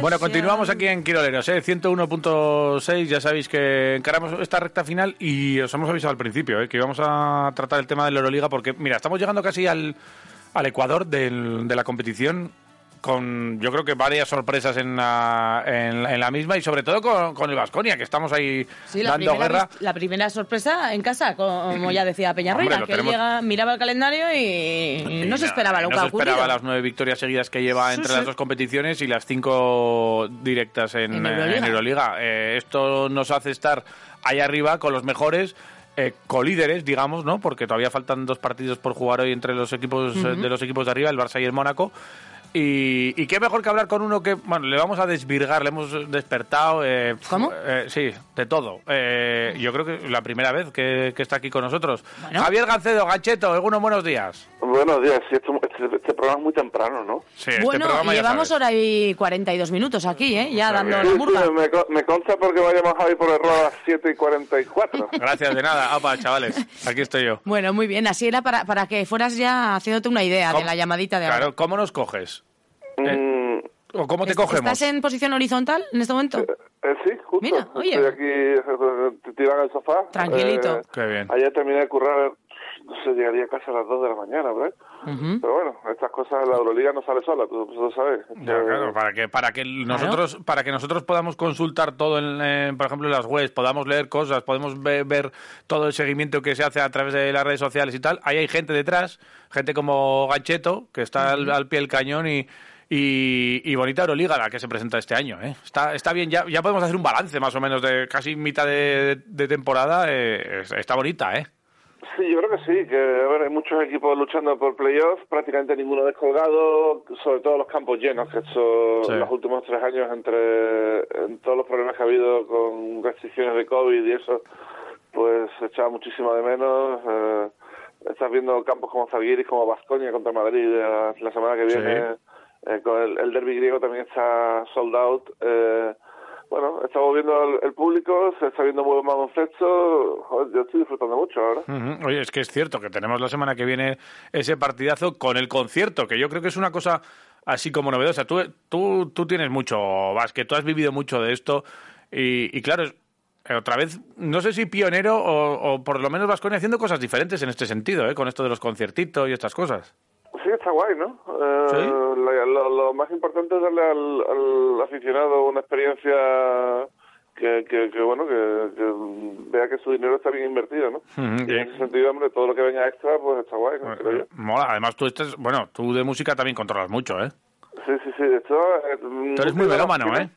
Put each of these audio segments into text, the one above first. Bueno, continuamos aquí en Quiroleros, ¿eh? 101.6, ya sabéis que encaramos esta recta final y os hemos avisado al principio ¿eh? que íbamos a tratar el tema de la Euroliga porque, mira, estamos llegando casi al, al Ecuador del- de la competición con, yo creo que varias sorpresas en la, en, la- en la misma y sobre todo con, con el Vasconia, que estamos ahí Sí, la dando primera, guerra. vis- la primera sorpresa en casa, como ya decía Peñarroya, Hombre, lo que tenemos- llega, miraba el calendario y, Y no se esperaba lo no que ha se ocurrido. esperaba las nueve victorias seguidas que lleva Sí, entre sí. las dos competiciones y las cinco directas en, En eh, Euroliga. en Euroliga. Eh, esto nos hace estar ahí arriba con los mejores. eh, colíderes, digamos, ¿no? Porque todavía faltan dos partidos por jugar hoy entre los equipos eh, de los equipos de arriba, el Barça y el Mónaco. Y, y qué mejor que hablar con uno que, bueno, le vamos a desvirgar, le hemos despertado. eh, pf, ¿Cómo? eh, sí, de todo. Eh, yo creo que la primera vez que, que está aquí con nosotros. Bueno. Javier Gancedo, Gancheto, algunos buenos días. Buenos días, sí, esto- este, este programa es muy temprano, ¿no? Sí, este bueno, programa ya llevamos sabes. hora y 42 minutos aquí, ¿eh? ya Muy dando bien. la Sí, murga. sí, me, co- me consta porque me ha llamado Javi por error a las 7 y 44. Gracias, de nada. Apa, chavales, aquí estoy yo. Bueno, muy bien, así era para, para que fueras ya haciéndote una idea de ¿Cómo? la llamadita de ahora. Claro, ¿cómo nos coges? Eh, Mm, ¿O cómo te ¿Est- cogemos? ¿Estás en posición horizontal en este momento? eh, sí, justo. Mira, oye. Estoy aquí eh, tirado en el sofá. Eh, Tranquilito. Qué bien. Ayer terminé de currar, no sé, llegaría a casa a las 2 de la mañana, ¿verdad? Pero bueno, estas cosas en la Euroliga no sale sola, tú, tú sabes. Ya, claro, para que para que nosotros para que nosotros podamos consultar todo en, eh, por ejemplo en las webs podamos leer cosas podemos ve- ver, todo el seguimiento que se hace a través de las redes sociales y tal ahí hay gente detrás gente como Gancheto que está al, al pie del cañón y y, y bonita Euroliga la que se presenta este año ¿eh? está está bien ya, ya podemos hacer un balance más o menos de casi mitad de, de temporada eh, es- está bonita eh Sí, yo creo que sí, que a ver, hay muchos equipos luchando por playoffs, prácticamente ninguno descolgado, sobre todo los campos llenos, que son Sí. los últimos tres años entre en todos los problemas que ha habido con restricciones de COVID y eso, pues se echaba muchísimo de menos. eh, estás viendo campos como Zalgiris, como Vasconia contra Madrid eh, la semana que Sí. viene. Eh, con el, el derby griego también está sold out. Eh, bueno, estamos viendo el, el público, se está viendo muy buen baloncesto. Joder, yo estoy disfrutando mucho ahora. Ujú. Oye, es que es cierto que tenemos la semana que viene ese partidazo con el concierto, que yo creo que es una cosa así como novedosa. Tú, tú, tú tienes mucho básquet, tú has vivido mucho de esto y, y claro, es- eh, otra vez, no sé si pionero o, o por lo menos Vasconia haciendo cosas diferentes en este sentido, ¿eh? con esto de los conciertitos y estas cosas. Sí, está guay, ¿no? Eh, Sí. la- lo, lo más importante es darle al, al aficionado una experiencia que, que, que, bueno, que, que vea que su dinero está bien invertido, ¿no? Ujú, eh. y y- en ese sentido, hombre, todo lo que venga extra, pues está guay, ¿no? Creo yo. Mola, además tú estás, bueno, tú de música también controlas mucho, ¿eh? Sí, sí, sí. Esto, eh, Tú eres muy melómano, ¿eh?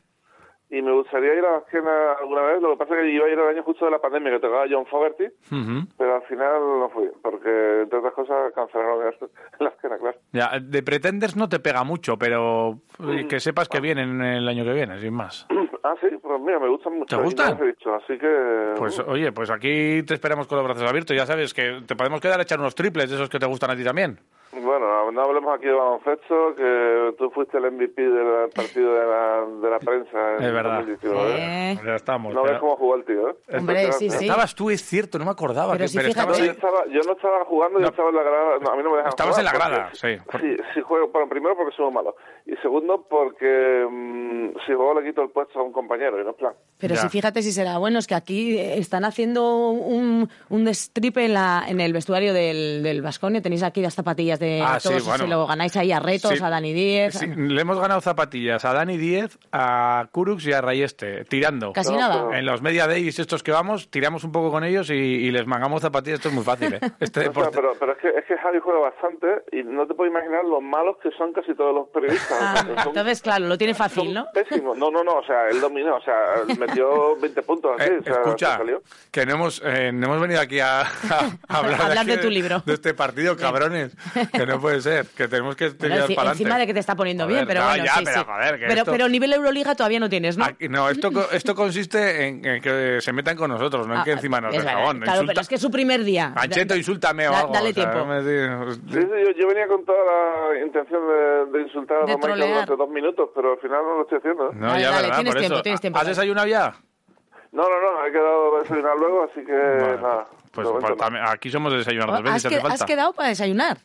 Y me gustaría ir a Vasquena alguna vez. Lo que pasa es que iba a ir al año justo de la pandemia, que tocaba John Fogerty, Ujú. pero al final no fui, porque entre otras cosas cancelaron el- el Vasquena, claro. Ya, de Pretenders no te pega mucho, pero eh, que sepas que vienen el año que viene, sin más. Ah, sí, pues mira, me gustan mucho. ¿Te y no gustan? las he visto, así que... Pues oye, pues aquí te esperamos con los brazos abiertos. Ya sabes que te podemos quedar a echar unos triples de esos que te gustan a ti también. Bueno, no hablemos aquí de baloncesto, que tú fuiste el MVP del partido de la, de la prensa. en Es verdad. Pues 2019, ¿eh? Eh, Ya estamos. No ves pero- cómo jugó el tío, ¿eh? Hombre, sí, sí. Estabas tú, es cierto, no me acordaba. Pero que- sí, No, estabas, yo, fíjate. estaba, yo no estaba jugando, yo No. estaba en la grada. No, a mí no me dejan Estabas en la jugar, grada, porque- sí. Por- Sí, sí juego. Bueno, primero porque soy muy malo. Y segundo porque mm, si juego le quito el puesto a un compañero y no es plan. Pero Ya. sí, fíjate si será bueno, es que aquí eh, están haciendo un, un destripe en, la, en el vestuario del, del Vasconia. Tenéis aquí las zapatillas de Ah, a sí, todos, bueno. se lo ganáis ahí a retos, Sí. a Dani 10. Sí, le hemos ganado zapatillas a Dani 10, a Kurux y a Rayeste, tirando. Casi No, nada. pero- En los media days estos que vamos, tiramos un poco con ellos y, y les mangamos zapatillas. Esto es muy fácil, ¿eh? Este O sea, deporte. pero pero es, que, es que Javi juega bastante y no te puedes imaginar los malos que son casi todos los periodistas. O Ah, sea, son- entonces, claro, lo tiene fácil, son ¿no? pésimos. No, no, no, o sea, él dominó, o sea, metió 20 puntos así, Eh, o sea, escucha, se salió. que no hemos, eh, no hemos venido aquí a, a hablar, Hablar de aquí tu libro. De este partido, cabrones. Que no puede ser, que tenemos que Bueno, tirar enci- para encima de que te está poniendo bien, pero bueno, ya, sí, pero sí. joder, que pero, esto- Ah, pero nivel Euroliga todavía no tienes, ¿no? Aquí- no, esto, co- esto consiste en, en que se metan con nosotros, no en que Ah, encima nos es verdad, desagón. Claro, pero es que es su primer día. Ancheto, insúltame o Da- algo. dale o sea, tiempo. me digas- Sí, sí, yo, yo venía con toda la intención de, de insultar a De Don Michael trolear. durante dos minutos, pero al final no lo estoy haciendo. ¿eh? No, Dale, ya, dale, verdad, tienes por tiempo, eso. tienes tiempo, ¿Has dale. desayunado ya? No, no, no, he quedado a desayunar luego, así que Vale, nada. Pues, de momento pues, no. también- aquí somos de desayunar dos veces, Oh, ¿Has, si hace que- has falta. quedado para desayunar?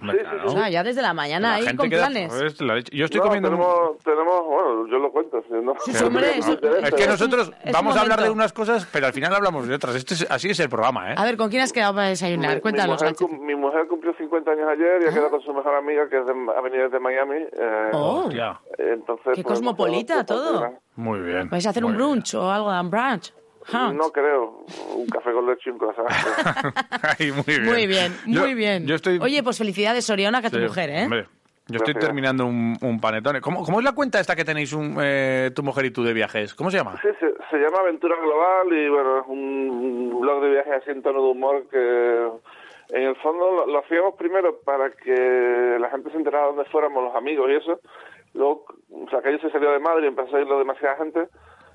Hombre, Sí, sí, sí, claro. O sea, ya desde la mañana La ahí gente con queda- planes. es la leche. Yo estoy No, comiendo... tenemos, tenemos, bueno, yo lo cuento. si no- Sí, sí, hombre, no eso- interesa. Es que Es un- nosotros es un vamos a hablar de momento. unas cosas, pero al final hablamos de otras. Este es- así es el programa, ¿eh? A ver, ¿con quién has quedado para Mi- desayunar? mi Cuéntanos, mujer, Nacho. cum- mi mujer cumplió 50 años ayer y Ah. ha quedado con su mejor amiga, que es de, ha venido desde Miami. eh, Oh. Hostia. entonces, Qué pues, cosmopolita hemos quedado todo. en Punta Muy bien. ¿Vais a hacer muy un brunch o algo de un brunch? Cana. Huh. No creo. Un café con leche y un bien. croissant. Ay, muy bien. Muy bien, Yo- muy bien. Yo estoy... Oye, pues felicidades, Soriona, que a tu Sí, mujer, ¿eh? hombre, yo estoy Gracias. terminando un, un panetone. ¿Cómo, cómo es la cuenta esta que tenéis un, eh, tu mujer y tú de viajes? ¿Cómo se llama? Sí, se, se llama Aventura Global y bueno, es un blog de viajes así en tono de humor que en el fondo lo, lo hacíamos primero para que la gente se enterara dónde fuéramos los amigos y eso. Luego, o sea, aquello se salió de madre y empezó a irlo demasiada gente.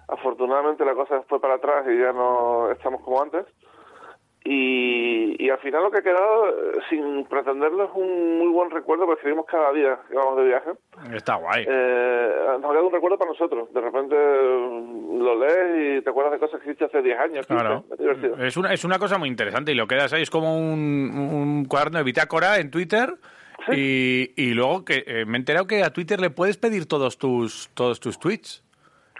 Afortunadamente la cosa fue para atrás y ya no estamos como antes. Y, y al final lo que ha quedado, eh, sin pretenderlo, es un muy buen recuerdo que escribimos cada día que vamos de viaje. Está guay. Eh, nos ha quedado un recuerdo para nosotros. De repente mm, lo lees y te acuerdas de cosas que hiciste hace 10 años. 15. Claro. Eh, Es divertido. Es una, es una cosa muy interesante y lo quedas ahí. Es como un, un cuaderno de bitácora en Twitter. Y, y luego que eh, me he enterado que a Twitter le puedes pedir todos tus todos tus tweets.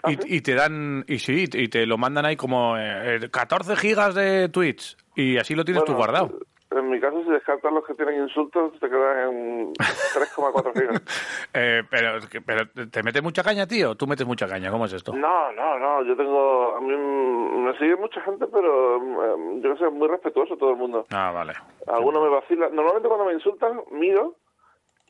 Ah, Y, y te dan, y sí, y te lo mandan ahí como eh, eh, 14 gigas de tweets. Y así lo tienes tú Bueno, eh, guardado. En mi caso, si descartas los que tienen insultos, te quedas en 3,4 gigas. Eh, pero, pero te mete mucha caña, tío. Tú metes mucha caña. ¿Cómo es esto? No, no, no. Yo tengo. A mí mm, me sigue mucha gente, pero mm, yo que sé, es muy respetuoso todo el mundo. Ah, vale. Algunos me vacilan. Normalmente cuando me insultan, miro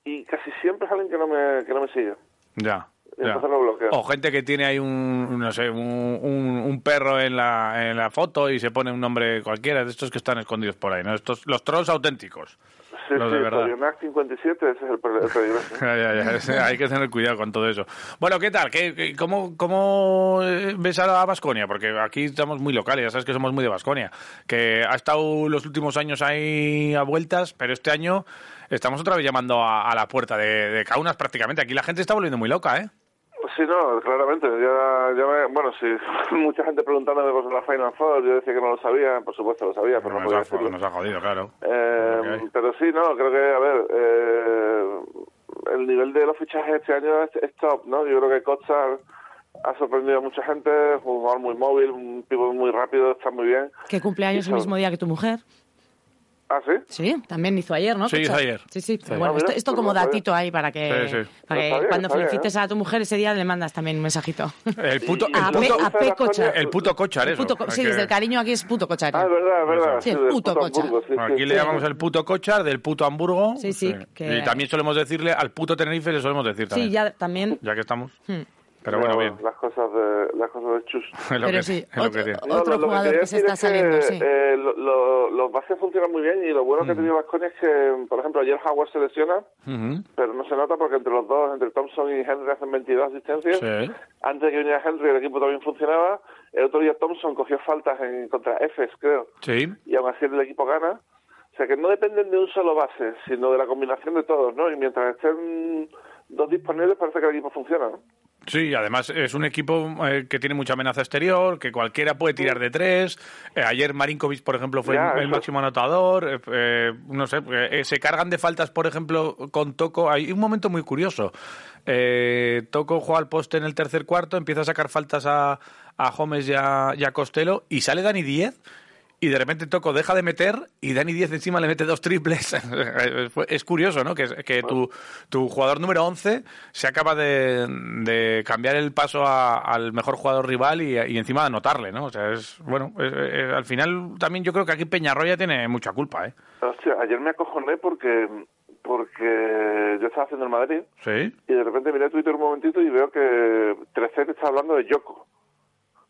y casi siempre es alguien que no me, que no me sigue. Ya. Y ya. entonces lo bloqueo. O gente que tiene ahí un, no sé, un, un- un perro en la, en la foto y se pone un nombre cualquiera de estos que están escondidos por ahí, ¿no? Estos, los trolls auténticos. Sí, Los sí, de verdad. Sorianac 57, ese es el, pro- el peligro. Ya, ya, ya. Hay que tener cuidado con todo eso. Bueno, ¿qué tal? ¿Qué, qué- cómo, ¿Cómo eh, ves a Vasconia? Porque aquí estamos muy locales, ya sabes que somos muy de Vasconia. Que ha estado los últimos años ahí a vueltas, pero este año estamos otra vez llamando a, a la puerta de, de Kaunas prácticamente. Aquí la gente está volviendo muy loca, ¿eh? Sí, no, claramente. Ya, ya me- bueno, sí, mucha gente preguntándome por la Final Four, yo decía que no lo sabía, por supuesto lo sabía, pero no, nos, podía ha, decirlo. nos ha jodido, claro. Eh, Lo que hay. Pero sí, no, creo que, a ver, eh, el nivel de los fichajes este año es, es top, ¿no? Yo creo que Costa ha sorprendido a mucha gente, es un jugador muy móvil, un tipo muy rápido, está muy bien. Que cumpleaños el Hizo- mismo día que tu mujer. ¿Ah, sí? Sí, también hizo ayer, ¿no? Sí, hizo Concha? ayer. Sí, sí. Sí. Bueno, Ah, esto, mira, esto pues como no sabía. datito ahí para Sí, que, sí. Para que No sabía, cuando no sabía, felicites a tu mujer ese día le mandas también un mensajito. El puto, Y- el A puto, P- a P. Cocha. el puto cochar, eso. Puto co- sí, Que- desde el cariño aquí es puto cochario. Ah, es verdad, es verdad. Sí, del puto Cocha. Hamburgo, sí, sí, Aquí le sí. llamamos el puto cochar, del puto Hamburgo. Sí, sí, que- Y también solemos decirle, al puto Tenerife le solemos decir también. Eh, sí, ya Hmm. también. Ya que estamos. Pero Ya, bueno, bien. Las cosas de, las cosas de Chus. Es lo Pero que- sí, es lo que otro- tiene. No, otro lo- lo jugador quería que se decir está es saliendo, sí. Mm. eh, lo- lo- los bases funcionan muy bien y lo bueno que ha tenido Vasconia es que, por ejemplo, ayer Howard se lesiona, Ujú. pero no se nota porque entre los dos, entre Thompson y Henry, hacen 22 asistencias. Sí. Antes de que viniera Henry, el equipo también funcionaba. El otro día Thompson cogió faltas en contra Efes, creo, Sí. y aún así el equipo gana. O sea que no dependen de un solo base, sino de la combinación de todos, ¿no? Y mientras estén dos disponibles, parece que el equipo funciona. ¿no? Sí, y además es un equipo eh, que tiene mucha amenaza exterior, que cualquiera puede tirar de tres. Eh, ayer Marinkovic, por ejemplo, fue Ya, el- el eso. máximo anotador. Eh, eh, no sé, eh, se cargan de faltas, por ejemplo, con Toco. Hay un momento muy curioso. Eh, Toco juega al poste en el tercer cuarto, empieza a sacar faltas a, a Gómez y a, y a Costello, y sale Dani 10. Y de repente Toco deja de meter y Dani 10 encima le mete dos triples. Fue- es curioso, ¿no? Que, que tu, tu jugador número 11 se acaba de, de cambiar el paso a- al mejor jugador rival y, y encima de anotarle, ¿no? O sea, es. Bueno, es- es- al final también yo creo que aquí Peñarroya tiene mucha culpa, ¿eh? Hostia, ayer me acojoné porque, porque yo estaba haciendo el Madrid. Sí. Y de repente miré Twitter un momentito y veo que 13 está hablando de Yoko.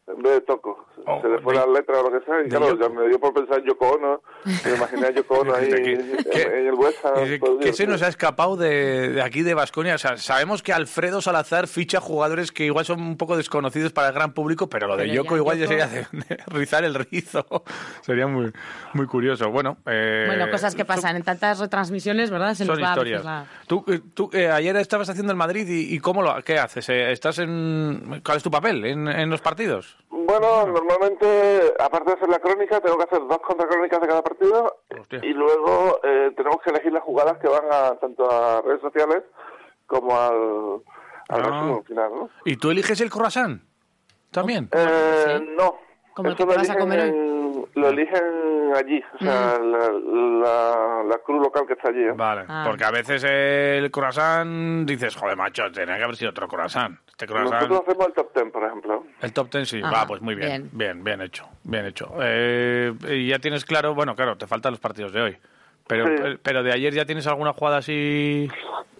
en vez de toco. Oh, se le fue de- la letra o lo que sea. Y de claro, Yoko. ya me dio por pensar en Yoko Ono. Me imaginé a Yoko Ono ahí ¿Qué- en, qué- en el West Ham. Dice, todo el ¿Qué día. se nos ha escapado de, de aquí de Vasconia? O sea, sabemos que Alfredo Salazar ficha jugadores que igual son un poco desconocidos para el gran público, pero lo de Pero ya Yoko igual ya Yoko- sería de, de rizar el rizo. sería muy, muy curioso. Bueno, eh, Bueno, cosas que pasan en tantas retransmisiones, ¿verdad? Se Son nos va a veces historias. la- Tú, eh, tú, eh, ayer estabas haciendo el Madrid y, y cómo lo, ¿qué haces? Eh, ¿Estás en, ¿Cuál es tu papel en, en los partidos? Bueno, normalmente, aparte de hacer la crónica, tengo que hacer dos contracrónicas de cada partido Hostia. y luego eh, tenemos que elegir las jugadas que van a tanto a redes sociales como al, al Ah. resumen final, ¿no? ¿Y tú eliges el croissant también? Eh, Sí. No. Como el Eso que te lo vas a eligen comer hoy. en- Lo eligen allí, o sea, la, la, la cruz local que está allí. ¿eh? Vale, Ah. porque a veces el croissant dices, joder, macho, tenía que haber sido otro croissant. Este croissant, Nosotros hacemos el top ten, por ejemplo. el top ten sí, Ajá, va, pues muy bien, bien. bien, bien, hecho, bien hecho. Eh, y ya tienes claro, bueno, claro, te faltan los partidos de hoy, pero, Sí. pero de ayer ya tienes alguna jugada así...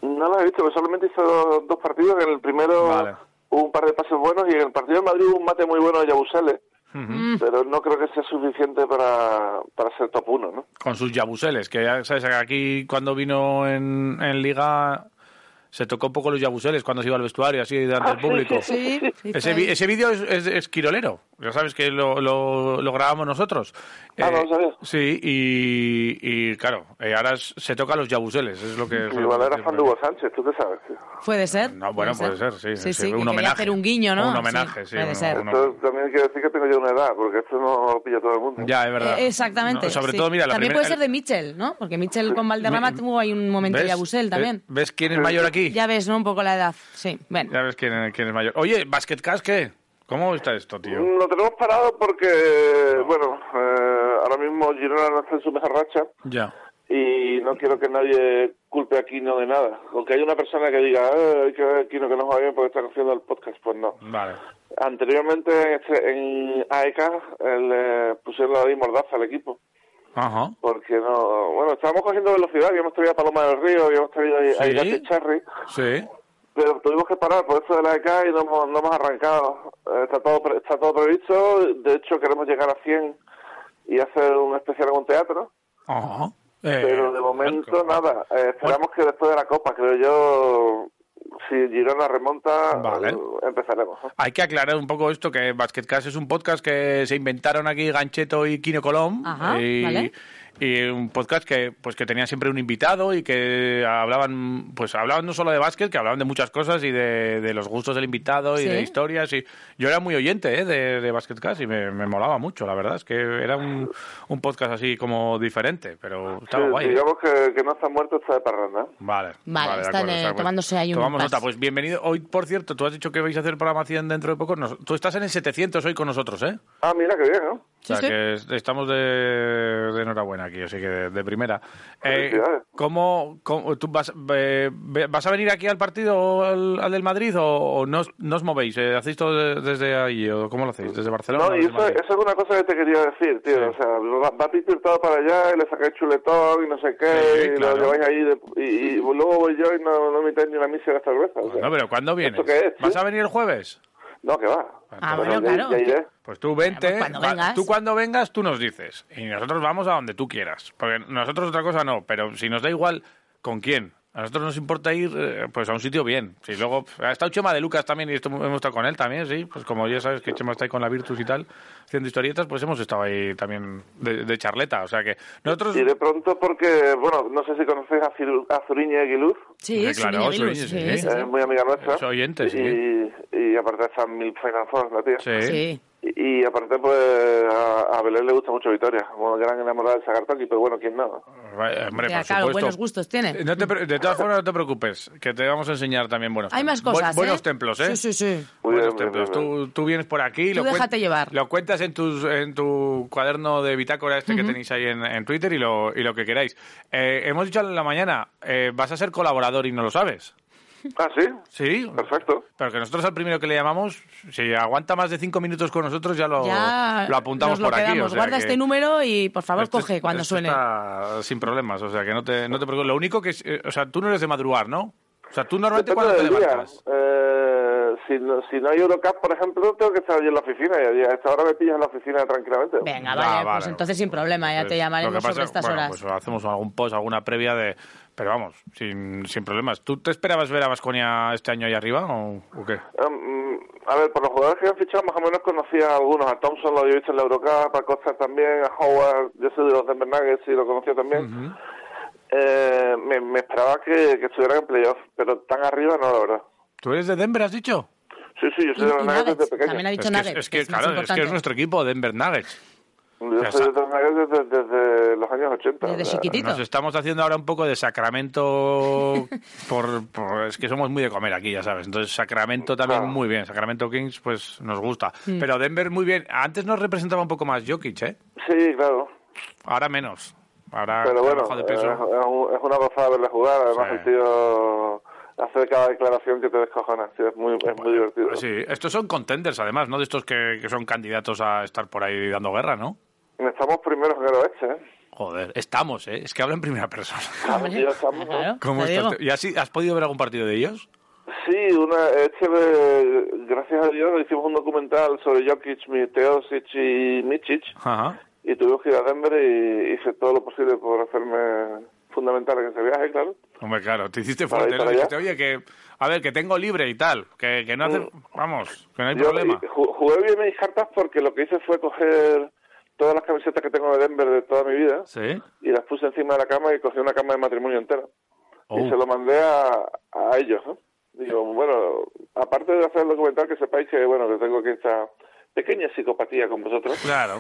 No lo he visto, pero solamente hizo dos partidos. En el primero Vale. hubo un par de pases buenos y en el partido de Madrid hubo un mate muy bueno de Yabusele. Mm. Pero no creo que sea suficiente para, para ser top uno, ¿no? con sus yabuseles, que ya sabes que aquí cuando vino en, en Liga se tocó un poco los yabuseles cuando se iba al vestuario, así delante del público. Ah, Sí, sí, pues. Ese, vi- ese vídeo es, es- es quirolero, ya sabes que lo, lo- lo grabamos nosotros. Eh, Ah, no lo sabía. Sí, y, y claro, eh, ahora es- se toca los yabuseles, es lo que... Y igual era fan de Hugo Sánchez, tú qué sabes. tío. Puede ser. No, bueno, puede ser, sí. sí, Sí, sí, que un quería homenaje. hacer un guiño, ¿no? Un homenaje, sí. puede un- ser. un- Esto también quiere decir que tengo yo una edad, porque esto no lo pilla todo el mundo. Ya, es verdad. Eh, Exactamente. No, sobre sí. todo, mira, la también primera- puede ser de Mitchell, ¿no? Porque Mitchell con Valderrama Mi- tuvo ahí un momento ¿Ves? Eh, de Abusel también. ¿Ves- ¿Ves quién es mayor aquí? Ya ves, ¿no? Un poco la edad. Sí, bueno. Ya ves quién, quién es mayor. Oye, Basket Cash, ¿qué? ¿Cómo está esto, tío? Mm, Lo tenemos parado porque, bueno, eh, ahora mismo Girona no está en su mejor racha. Ya. y no quiero que nadie culpe a Kino de nada. Aunque haya una persona que diga, "Eh, hay que ver Kino que no juega bien porque está cogiendo el podcast, pues no. Vale. Anteriormente en este- en AEK eh, le pusieron la ley mordaza al equipo. Ajá. Porque no. Bueno, estábamos cogiendo velocidad, habíamos traído a Paloma del Río, habíamos traído a- a Sí. Ignacio Charri, Sí. pero tuvimos que parar por eso de la AEK y no hemos, no hemos arrancado. Eh, Está todo, pre- está todo previsto, de hecho queremos llegar a 100 y hacer un especial en un teatro. Ajá. Eh, Pero de momento nada. Eh, esperamos que después de la Copa, creo yo, si Girona remonta, Vale. eh, empezaremos. ¿no? Hay que aclarar un poco esto, que Basket Cash es un podcast que se inventaron aquí Gancheto y Kino Colom. Ajá, y, vale. y un podcast que pues que tenía siempre un invitado y que hablaban pues hablaban no solo de básquet, que hablaban de muchas cosas y de, de los gustos del invitado y Sí. de historias. y Yo era muy oyente eh, de, de Basket Cash y me, me molaba mucho, la verdad. Es que era un, un podcast así como diferente, pero estaba Sí, guay. ¿eh? digamos que, que no está muerto, está de parranda. Vale, Vale, de están, acuerdo, eh, de acuerdo. tomándose ahí un Tomamos pas. nota. Pues bienvenido. Hoy, por cierto, tú has dicho que vais a hacer el programa 100 dentro de poco. Nos- tú estás en el 700 hoy con nosotros, ¿eh? Ah, mira, qué bien, ¿no? O sea, Sí, sí. que es- estamos de, de enhorabuena aquí, así que de, de primera. Eh, Felicidades. ¿cómo, cómo- tú vas, eh, ve- vas a venir aquí al partido, al, al del Madrid, o, o no, os, no os movéis? Eh, ¿Hacéis todo de- desde ahí? ¿O cómo lo hacéis? ¿Desde Barcelona? No, y desde eso, Madrid? eso es una cosa que te quería decir, tío. Sí. O sea, va, va Peter todo para allá y le sacáis chuletón y no sé qué, Sí, y claro. lo lleváis ahí. de- y, y luego voy yo y no, no me metéis ni una misa de esta gruesa. O sea. No, pero ¿cuándo vienes? qué es, ¿Vas sí? a venir el jueves? No, que va. Ah, Pero bueno, ya- claro. ya iré. Pues tú vente, Pues cuando va- vengas. tú cuando vengas tú nos dices y nosotros vamos a donde tú quieras, porque nosotros otra cosa no, pero si nos da igual con quién. A nosotros nos importa ir eh, pues a un sitio bien. Si luego pf, ha estado Chema de Lucas también y esto- hemos estado con él también, sí, pues como ya sabes que Chema está ahí con la Virtus y tal, haciendo historietas, pues hemos estado ahí también de, de charleta, o sea que nosotros Y de pronto porque, bueno, no sé si conocéis a, Ciru- a Zuriña Aguiluz. Sí, Hombre, sí, claro, Miguel Luz, Suriñe, sí. sí, sí, Es muy amiga nuestra. Es oyente, sí. Y, y aparte está en Mil Final Four, la tía. sí. Ah, sí. Sí. Y, y aparte, pues, a, a Belén le gusta mucho Vitoria. Como gran enamorada de Sagartoki, pero bueno, ¿quién no? Eh, hombre, O sea, por claro, supuesto. buenos gustos tiene. Eh, no te pre- de todas formas no te preocupes, que te vamos a enseñar también buenos. Hay más templos. Bu- cosas, ¿eh? buenos templos, ¿eh? Sí, sí, sí. Muy Buenos bien, templos. muy bien, muy este, Tú, tú vienes por aquí. Tú déjate llevar. Lo cuentas en, tus, en tu cuaderno de bitácora este que tenéis ahí en, en Twitter y lo, y lo que queráis. Eh, hemos dicho en la mañana, eh, vas a ser colaborador y no lo sabes. Ah, sí. Sí. Perfecto. Pero que nosotros al primero que le llamamos, si aguanta más de cinco minutos con nosotros, ya lo, ya lo apuntamos nos lo por aquí. quedamos. o sea Guarda que- este número y por favor Este- coge cuando este suene. está sin problemas, o sea, que no te, no te preocupes. Lo único que... es- eh, o sea, tú no eres de madrugar, ¿no? O sea, tú normalmente Depende cuando te del día. levantas. Eh, si no, si no hay Eurocup, por ejemplo, tengo que estar allí en la oficina. Y a esta hora me pillas en la oficina tranquilamente. Venga, vale, Ah, vale. pues entonces sin problema, ya Pues, te lo llamaremos que pasa- sobre estas bueno, horas. Pues hacemos algún post, alguna previa de. Pero vamos, sin, sin problemas. ¿Tú te esperabas ver a Vasconia este año ahí arriba o, o qué? Um, a ver, por los jugadores que han fichado, más o menos conocía a algunos. A Thompson lo había visto en la Eurocup, a Costa también, a Howard, yo soy de los Denver Nuggets y lo conocía también. Eh, me, me esperaba que, que estuvieran en playoff, pero tan arriba no, la verdad. ¿Tú eres de Denver, has dicho? Sí, sí, yo Y- soy de y los Nuggets Nuggets, desde pequeño. también ha es dicho que, es- Nuggets, es que, es más claro, es que es importante. nuestro equipo, Denver Nuggets. Ya Yo soy de está. los Nuggets desde, desde los años 80. Desde o sea, chiquitito. Tito. Nos estamos haciendo ahora un poco de Sacramento. por, por- es que somos muy de comer aquí, ya sabes. Entonces, Sacramento también Claro. muy bien. Sacramento Kings, pues nos gusta. Mm. Pero Denver muy bien. Antes nos representaba un poco más Jokic, ¿eh? Sí, claro. Ahora menos. Ahora Pero ha bueno, bajado de eh, es, peso. un- es una gozada verle jugar. Además, Sí. el tío hace cada declaración que te descojona. Sí, es muy, es muy divertido. pues Sí, estos son contenders, además, ¿no? De estos que, que son candidatos a estar por ahí dando guerra, ¿no? Estamos primeros en el oeste, ¿eh? Joder, estamos, ¿eh? Es que habla en primera persona. Claro, tío, estamos, ¿no? Claro, ¿Cómo te estás? digo. ¿Y así, has podido ver algún partido de ellos? Sí, una, es que eh, gracias a Dios hicimos un documental sobre Jokic, Mi- Teosic y Michic Ajá. y tuvimos que ir a Denver y hice todo lo posible por hacerme fundamental en ese viaje, claro. Hombre, claro, te hiciste Para fuerte, ahí, ¿no? para allá. Mm. Dijiste, oye, que, a ver, que tengo libre y tal, que, que no hace, vamos, que no hay Yo problema. y- ju- jugué bien mis cartas porque lo que hice fue coger todas las camisetas que tengo de Denver de toda mi vida Sí. y las puse encima de la cama y cogí una cama de matrimonio entera. Oh. Y se lo mandé a, a ellos, ¿no? Digo, bueno, aparte de hacer el documental, que sepáis que, bueno, que tengo que esta pequeña psicopatía con vosotros. Claro.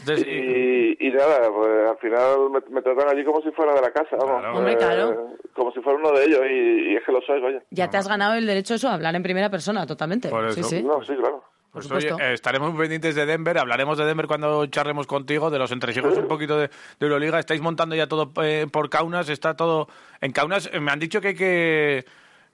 Entonces, y- Y, y nada, pues, al final me, me tratan allí como si fuera de la casa, vamos. Eh, Claro. Hombre, claro. Como si fuera uno de ellos, y, y es que lo soy, vaya. Ya te has ganado el derecho eso a hablar en primera persona, totalmente. Por Sí, eso. sí. No, sí, claro. pues, por supuesto. oye, eh, estaremos muy pendientes de Denver, hablaremos de Denver cuando charlemos contigo, de los entresijos un poquito de, de Euroliga. Estáis montando ya todo eh, por Kaunas, está todo... En Kaunas eh, me han dicho que hay que...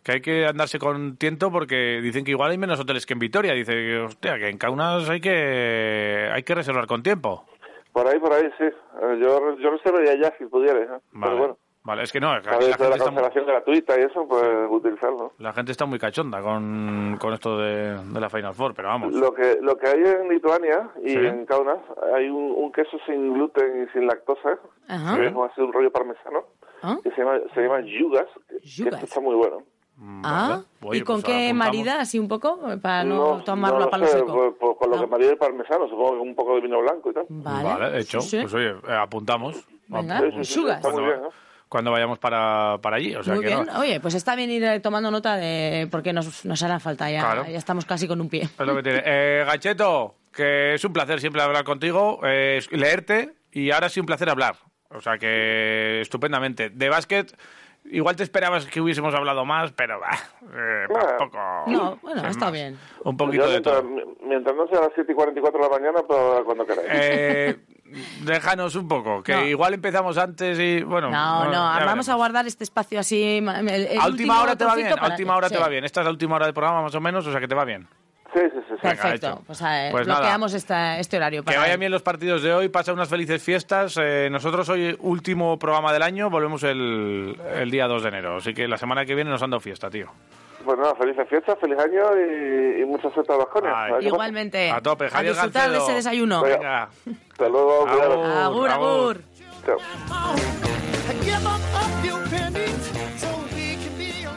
Que hay que andarse con tiento porque dicen que igual hay menos hoteles que en Vitoria. Dice, que, hostia, que en Kaunas hay que hay que reservar con tiempo. Por ahí, por ahí, sí. Eh, Yo, yo reservaría ya si pudiera, ¿eh? Vale, Pero bueno, vale, es que no, a ver, la esto de gente la está muy- cancelación gratuita y eso, pues utilizarlo. La gente está muy cachonda con, con esto de, de la Final Four, pero vamos. Lo que, lo que hay en Lituania y Sí. en Kaunas, hay un, un queso sin gluten y sin lactosa, Ah. Ajá. que es así un rollo parmesano, ¿Ah? que se llama, se llama yugas, que- que Yugas. esto está muy bueno. Ah, Oye, ¿y con pues ahora qué apuntamos. marida así un poco? eh, Para no, tomarlo no a lo palo sé, seco. Por, por- por lo Ah, que maría el parmesano, supongo que un poco de vino blanco y tal. Vale, Vale, hecho. Sí, sí. Pues oye, eh, apuntamos. Venga, Apuntamos. Sí, sí, sí, sugas. está muy bien, ¿no? Cuando vayamos para, para allí. O sea Muy que bien. no. Oye, pues está bien ir eh, tomando nota de porque nos, nos hará falta ya. Claro. Ya estamos casi con un pie. Es lo que tiene. Eh, Gacheto, que es un placer siempre hablar contigo, eh, leerte y ahora sí un placer hablar. O sea que estupendamente. De básquet, igual te esperabas que hubiésemos hablado más, pero bah, eh, Bueno. tampoco. No, bueno, Sin está más. bien. Un Yo, poquito de mientras, todo. mientras no sea a las 7 y 44 de la mañana, pero cuando queráis. Eh, déjanos un poco, que No. igual empezamos antes y bueno. No, no, ya vamos veremos. a guardar este espacio así. ma- el- el A última hora te va bien, botoncito a para- última hora sí. te va bien. Esta es la última hora del programa más o menos, o sea que te va bien. Sí, sí, sí. sí. Venga, Perfecto, hecho. pues, a ver, Pues nada. bloqueamos esta- este horario. Que para vayan él. bien los partidos de hoy, pasa unas felices fiestas. Eh, nosotros hoy último programa del año, volvemos el, el día 2 de enero. Así que la semana que viene nos han dado fiesta, tío. Pues nada, felices fiestas, feliz año y, y mucha suerte a los jóvenes. Ay. A ver qué Igualmente. A tope, Javier Eh, disfrutar Gancedo. de ese desayuno. Venga. Venga. pasa. Hasta luego, cuidaros. Agur, Agur, agur. agur. Chao. I give up a few pennies so we can be alone.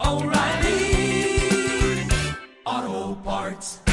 O'Reilly. Auto Parts.